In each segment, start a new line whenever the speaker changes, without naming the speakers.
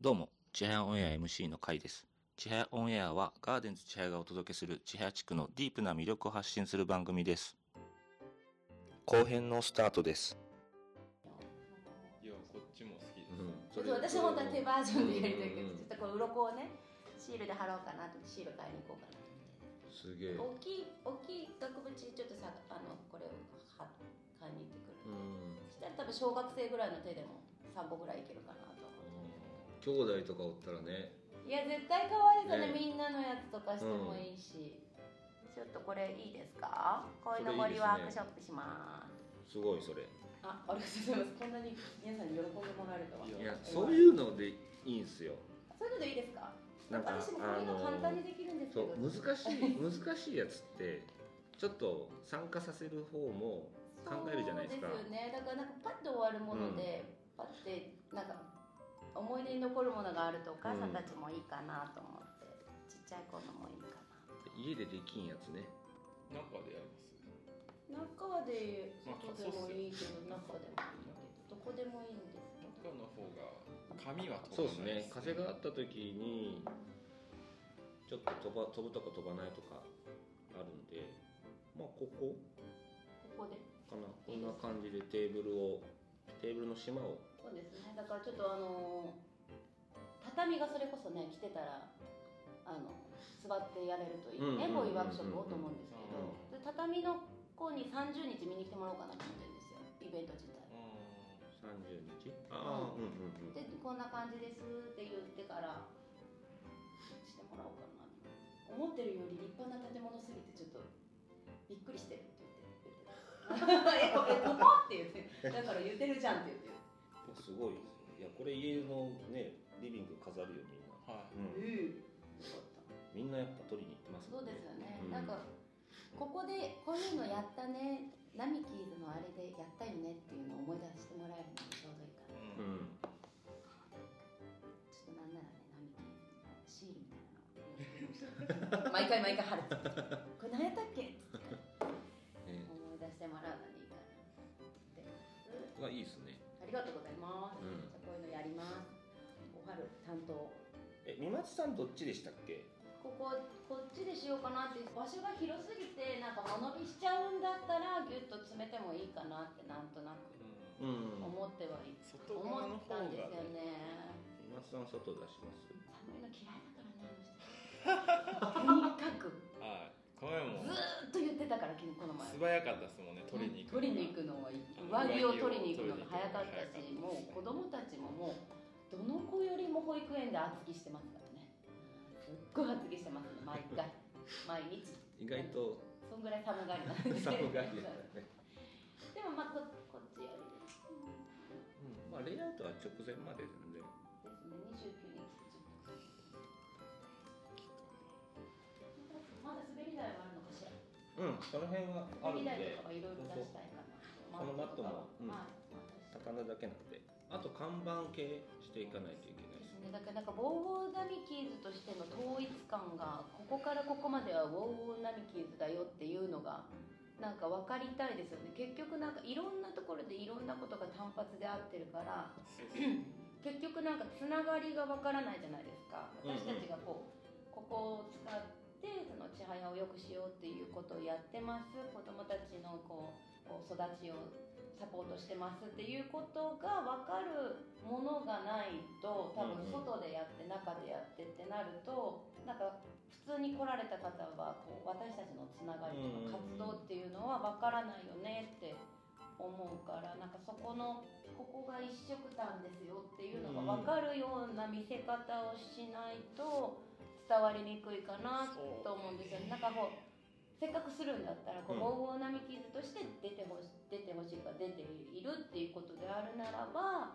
どうも、ちはやオンエア MC のカイです。ちはやオンエアはガーデンズちはやがお届けするちはや地区のディープな魅力を発信する番組です。後編のスタートです。
いやこっちも好きです、
ちょっと私本当は手バージョンでやりたいけ
うんう
ど、
ん
ちょっとこう鱗をね、シールで貼ろうかなと、シール買いに行こうかなと。
すげえ
大きい大きい額縁ちょっとさ、あのこれを貼買いに行ってくる。
うん
そしたら多分小学生ぐらいの手でも三本ぐらいいけるかなと思
兄弟とかおったらね
う。いや絶対可愛いから
ね
ね、みんなのやつとかしてもいいし。ちょっとこれいいですか？鯉のぼりワークショップします。
すごいそれ
あ、ありがとうございます。こんなに皆さんに喜んでもらえるとは。
い
い
や
やそういうのでいいんすよ
そういうのでいいですか？
なんか
私もこういうの簡単にできるんですけ
そ
ど。
う難しい難しいやつってちょっと参加させる方も考えるじゃないですか
そうですよね。だからなんかパッと終わるもので、パッてなんか思い出に残るものがあるとお母さんたちもいいかなと思って、ちっちゃい子のもいいか
家でできんやつね
中でやり
な。
ます
中で
外でも
い
い
けど中でもいいけどどこでもいいんです
中の方が紙は
そう
飛
です
ばない
ね風があった時にちょっと飛ば飛ぶとか飛ばないとかあるんでまあここ
ここで
かなこんな感じでテーブルをテーブルの島を
そうですね。だからちょっとあのー畳がそれこそね来てたらあの座ってやれるといい
うんうんうんうん
ねこういうワークショップをと思うんですけ
う
ど。
ん
で畳の子に30日見に来てもらおうかなと思ってるんですよイベント自体
30
う
日ああうんうんうん
でこんな感じですって言ってからしてもらおうかなと思ってるより立派な建物すぎてちょっとびっくりしてるって 言って言ってえこえここって言ってだから言ってるじゃんって言って
すごいですねいやこれ家のねリビング飾るよみんな、
んは
うん、
うんよかった
みんなやっぱ取りに行ってます
そ
も
うんですよね、
うん
なんかここでこういうのやったねナミキーズのあれでやったよねっていうのを思い出してもらえるのにちょうどいいか
い
な
う
うん
ん
ちょっとなんならね、ナミキシールみたいなのを毎回毎回貼るこれ何やったっけって
ね
思い出してもらうのにいいかなってます
がいいですね
ありがとうございます、
うん
じゃあこういうのやりますおはる担当
え三松さんどっちでしたっけ
こここっちでしようかなって場所が広すぎてなんか間延びしちゃうんだったらギュッと詰めてもいいかなってなんとなく
うん
うん
思ってはいい、
外側
思
の
っ
方
た
が
んですよね
三松さん外出します
寒いの嫌いだからねあの人とにかく
はいこの前も
ずーっと言ってたから昨日この前
素早かったですもんね取りに行く
取りに行くのは上着を取りに行くのが早かっ
上着を取りに行くのが
しも
早かったたし
う子供たちももうどの子よりも保育園で厚着してますからねすっごい厚着してますね毎 回毎日
意外と
そんぐらい寒 がりなんで
寒がりだ
で
ね、
もまあここっちよ
うん、まあレイアウトは直前まで全然
りですね29日まだ滑り台はあるのかしら
うんその辺はある
滑
ん
り台
で
とかはいろいろ出したいかな
そうそう
マットとかは
このマットもうん
はいまあ
高菜だけなんであと看板系していかないといけないで
で
す
すね、だからなんかウォーウォーナミキーズとしての統一感がここからここまではウォーウォーナミキーズだよっていうのがなんか分かりたいですよね結局なんかいろんなところでいろんなことが単発で合ってるから結局なんかつながりが分からないじゃないですか
うんうん
私たちがこうここを使ってそのちはやを良くしようっていうことをやってます子どもたちのこうこう育ちをサポートしてますっていうことが分かるものがないと多
うんうん
分外でやって中でやってってなるとなんか普通に来られた方はこう私たちのつながりとか活動っていうのは分からないよねって思うからなんかそこのここが一色たんですよっていうのが分かるような見せ方をしないと伝わりにくいかなと思うんですよね。なんかこうせっかくするんだったらこ
うん
う黄金並木図として出てほし出てほしいか出ているっていうことであるならば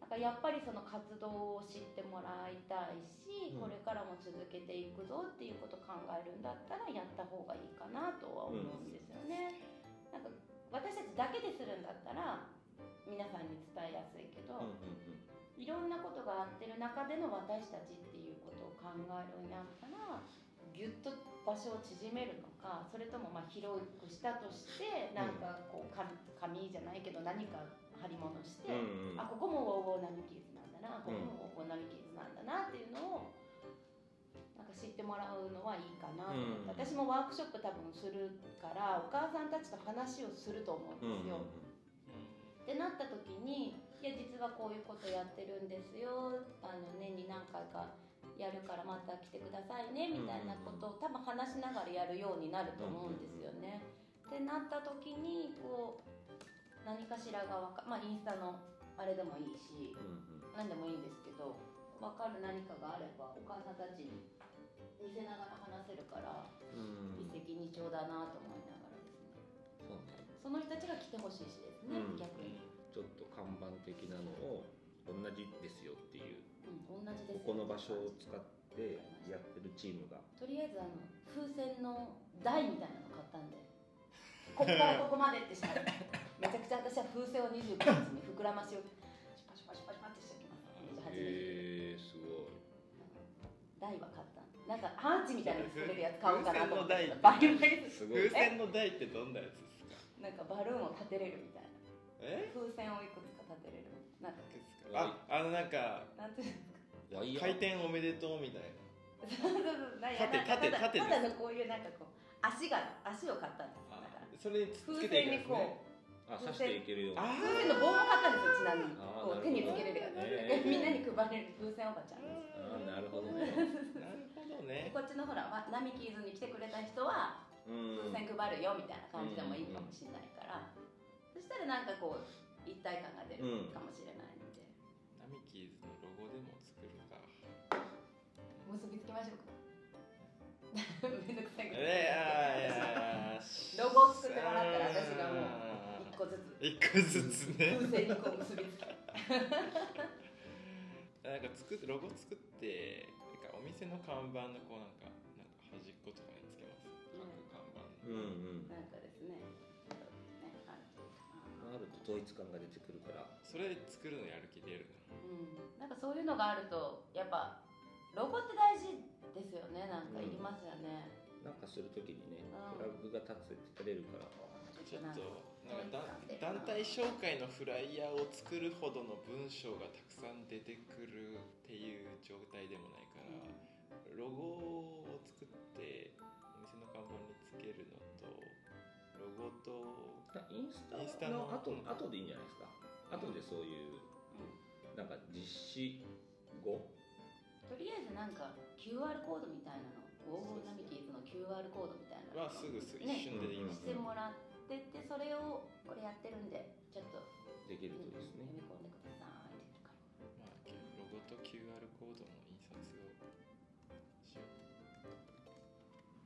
なんかやっぱりその活動を知ってもらいたいし、
うん
これからも続けていくぞっていうことを考えるんだったらやった方がいいかなとは思うんですよね。なんか私たちだけでするんだったら皆さんに伝えやすいけ
う
ど、
んうん
いろんなことがあってる中での私たちっていうことを考えるんやったらぎゅっと場所を縮めるのかそれともまあ広くしたとしてなんかこう紙紙じゃないけど何か貼り物して、
うんうんうん
あここもウォーウォーナミキーズなんだなここもウォーウォーナミキーズっていうのをなんか知ってもらうのはいいかなと思って、
うん
私もワークショップ多分するからお母さんたちと話をすると思うんですよ。ってなった時に「いや実はこういうことやってるんですよあの年に何回かやるからまた来てくださいね」みたいなことを多分話しながらやるようになると思うんですよね。ってなった時にこう何かしらがわかまあインスタのあれでもいいし
うんうん
何でもいいんですけど分かる何かがあればお母さんたちに見せながら話せるから
うんうん
一石二鳥だなと思いながらですね。
そうね
その人たちが来てほしいしですね、
うん
逆に。
ちょっと看板的なのを同じですよっていう
うん、同じで
こ
す
この場所を使ってやってるチームが
とりあえずあの風船の台みたいなの買ったん でここからここまでってしまってめちゃくちゃ私は風船を25日に膨らましをシュパシュパシュパシュパってしておきます28日
へえすごい
台は買ったんでなんかアーチみたいなの作れるやつ買おうかなと思ってバル
風船の台
ーン
すごい
風船の台ってどんなやつですか
なんかバルーンを立てれるみたいな
え
風船をいくつか立てれるなんか
ああのなんか
なんていう
ワイヤー
開店おめでとうみたい
のなんや
立て
なんか
立て
ただただ
立て
のこういうなんかこう足が足を買ったんですだ
な
から
それにつっつけていくんです
風船にこ
ね
あ刺していけるよう
あ
な
風船の棒も買ったんで
あーなるほど
すよちなみにこう手につけれるやつ、
えー
みんなに配れる風船おばちゃんです
あーなるほどね
なるほどね
こっちのほらわナミキーズに来てくれた人は
うん
風船配るよみたいな感じでもいいかもしれないから、そしたらなんかこう一体感が出るかもしれないので、
ナミキーズのロゴでも作るか
結びつきましょう かめんどくさいけど、
えー、あー
ロゴを作ってもらったら私がもう一個ずつ
一個ずつね
風船にこう結びつけて
なんか作っロゴ作ってなんかお店の看板のこうなんかなんか端っことかにつけます各看板
うんうん
なんかですねねあ
あ
るといいかな
ると統一感が出てくるから
それ作るのやる気出るな
うんなんかそういうのがあるとやっぱロゴって大事ですよねなんかいりますよね、
なんかするときにね
うん
フラッグが立つ取れるから
ちょっ
なんか
となんかだん団体紹介のフライヤーを作るほどの文章がたくさん出てくるっていう状態でもないからロゴを作ってお店の看板につけるのとロゴと
インスタの
インスタの
後
うん
後でいいんじゃないですか後でそういうなんか実施後
とりあえずなんか QR コードみたいなの黄金ナミキーズの QR コードみたいなの
はすぐすぐ
ね
一瞬でできます、
してもらってってそれをこれやってるんでちょっと、
できる
うん
といいですね
読み込んでくださいって感じ
まあ、ロゴと QR コードの印刷をしよう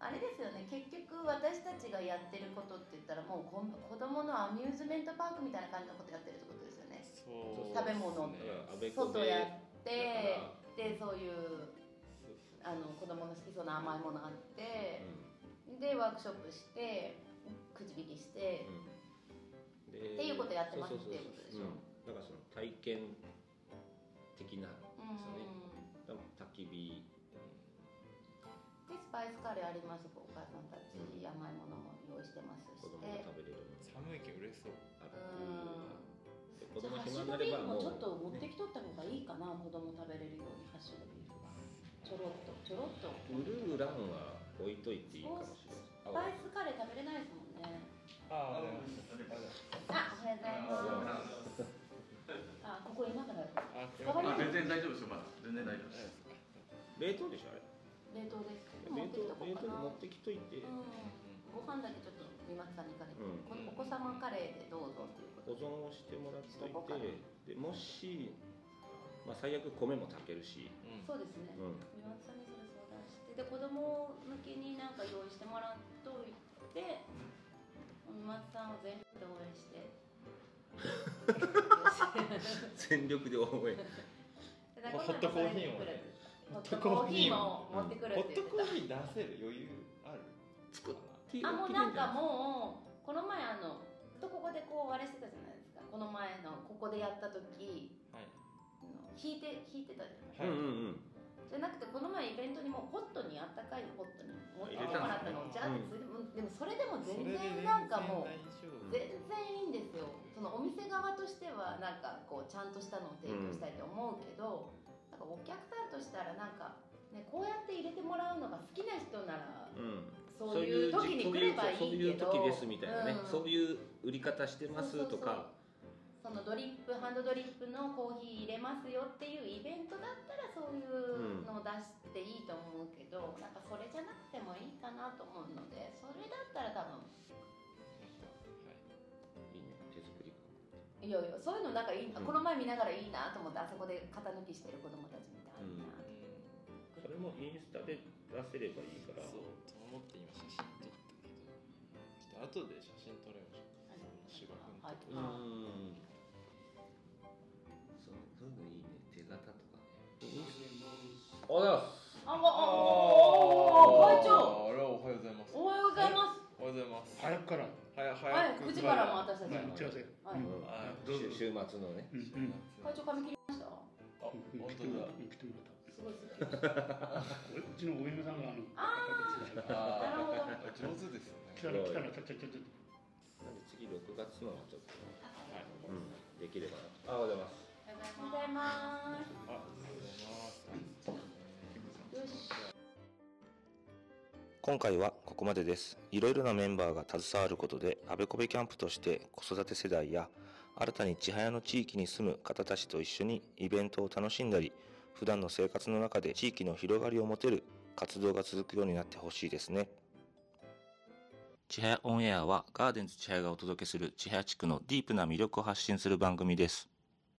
あれですよね結局私たちがやってることって言ったらもうこん子供のアミューズメントパークみたいな感じのことやってるってことですよね
そう
食べ物
ね
だから安倍子
外や
で
ってでそういう
そうそう
あの子供の好きそうな甘いものあって、
う
でワークショップして口引きして、
んうんで
っていうことやってます
そうそうそう
っていうことでしょ
うんだからその体験的な
うん
そうね多分焚き火
でスパイスカレーありますお母さんたち甘いものも用意してますし
子供が食
て
べれるもの
寒いけど嬉しそう
ある
う
で子
んじ
供
ゃあハ
暇にな
ッシュド
れ
ビー
ばも
フも
う
ちょっと持って
ね
きとった方がいいかな、子供食べれるようにハッシュドビーフはちょろっとちょろっと
ウルウランは置いといていいかもしれ
ス
な
パ
い
イスカレー食べれないですもんねあお
ああ
はようございますあここ今から
あ
使われ
あ
る
全然大丈夫ですよまだ全然大丈夫です
冷凍でしょあれ
冷凍です
冷
持ってきと
凍冷
こうか
凍に
な
持ってきといて、
ご飯だけちょっと三松さんに行かれて、
うん
このお子様カレーでどうぞっていうこ
保
とで、
存をしてもらっと
そこか
いてでもし、まあ、最悪米も炊けるし、
そうですね
うん
三松さんにそれ相談してで子供向けになんか用意してもらっといて三松さんを全力で応援 して
全力で応援
でだから
ホットコーヒーもね
ホットコーヒーも持ってくる
ホ
っ
ッ
て
ト
言
コー
って
ヒー出せる余裕ある
作っ
たあもうなんかもうこの前あのずっとここでこうあれしてたじゃないですかこの前のここでやった時
はい
あの弾いて弾いてたじゃないですか
うんうんうん
じゃなくてこの前イベントにもうホットにあったかいホットに持ってきてもらったのを
入れ
じゃ
た
あ
ん
っ
で
て、うんでもそれでも全然
それで
なんかもう
全然大
全然いい
丈夫
んですよそのお店側としてはなんかこうちゃんとしたのを提供したいと思うけど、なんかお客さんとしたらあ、好きな人なら
うん
そういう時に来ればいいけど
そういう時ですみたいなね、
うん
そういう売り方してます
そうそうそ
と
う
か
そのドリップハンドドリップのコーヒー入れますよっていうイベントだったらそういうのを出していいと思うけど、なんかそれじゃなくてもいいかなと思うのでそれだったら多分
いいね手作り
いやいやそういうのなんかい
うん
い、この前見ながらいいなと思ってあそこで型抜きしてる子供たちみたいな、
はいうん
それもインスタで出せればいいから
そうと思って今写真撮ったけどちょっと後で写真撮れましょ
あの
う芝君と
はいう
ーんそうそういうのいいね手形とかねおはようございます
あわああ会長
あれはおはようございます
おはようございます
おはようございます
早くから、
はや
はい9
早く
時からも私たち
はい、
会
打ち合わせ。
はいう
うん
ん
は
どうぞ
週週末のね
うん
い
うん
長髪切りました
あ本
うん来てもらった。来ても
すごい好き
らった。俺うちのお嫁さんがあの、
当だあ
なるほど
ー上手です
来
ね
たら来たらちゃちゃちゃちゃ。
なんで次6月のはちょっとね、
はい
うん、できればなあおはようございます
おはようございます
あありがとうございます
今回はここまでですいろいろなメンバーが携わることであべこべキャンプとして子育て世代や新たに千早の地域に住む方たちと一緒にイベントを楽しんだり普段の生活の中で地域の広がりを持てる活動が続くようになってほしいですね千早オンエアはガーデンズ千早がお届けする千早地区のディープな魅力を発信する番組です